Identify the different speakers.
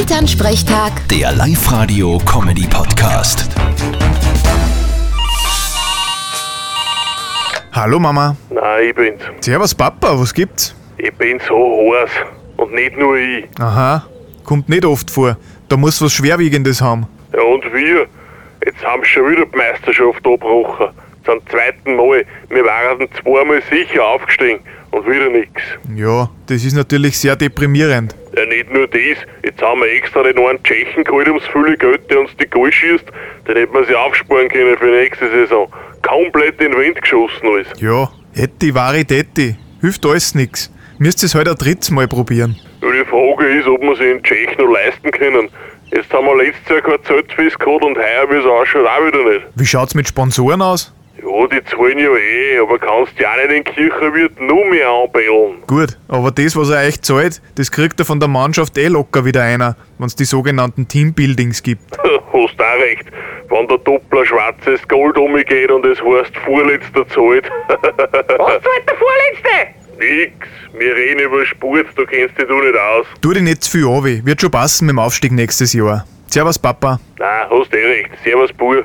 Speaker 1: Elternsprechtag,
Speaker 2: Der Live-Radio-Comedy-Podcast.
Speaker 3: Hallo Mama.
Speaker 4: Nein, ich bin's.
Speaker 3: Servus Papa, was gibt's?
Speaker 4: Ich bin so heiß. Und nicht nur ich.
Speaker 3: Aha, kommt nicht oft vor. Da muss was Schwerwiegendes haben.
Speaker 4: Ja, und wir. Jetzt haben sie schon wieder die Meisterschaft abgebrochen. Zum zweiten Mal. Wir waren zweimal sicher aufgestiegen. Und wieder nix.
Speaker 3: Ja, das ist natürlich sehr deprimierend.
Speaker 4: Ja, nicht nur das. Jetzt haben wir extra den einen Tschechen geholt ums viele Geld, der uns die Goal schießt. Den hätten wir sich aufsparen können für nächste Saison. Komplett in den Wind geschossen alles.
Speaker 3: Ja, hätti varitätti. Hilft alles nix. Müsst es halt ein drittes Mal probieren.
Speaker 4: Nur die Frage ist, ob wir sie in Tschechien noch leisten können. Jetzt haben wir letztes Jahr kein Zeltfest gehabt und heuer, wie es ausschaut, auch wieder nicht.
Speaker 3: Wie schaut's mit Sponsoren aus?
Speaker 4: Ja, die zahlen ja eh, aber kannst ja auch nicht den Kirchenwirt nur mehr anbellen.
Speaker 3: Gut, aber das, was er euch zahlt, das kriegt er von der Mannschaft eh locker wieder einer, wenn's die sogenannten Teambuildings gibt.
Speaker 4: Hast auch recht, wenn der Doppler schwarzes Gold umgeht und es heißt vorletzter zahlt.
Speaker 5: Was zahlt der Vorletzte?
Speaker 4: Nix, wir reden über Sport, da kennst dich du nicht aus.
Speaker 3: Tu dich nicht zu viel an, weh. wird schon passen mit dem Aufstieg nächstes Jahr. Servus Papa.
Speaker 4: Nein, hast eh recht, servus Bur.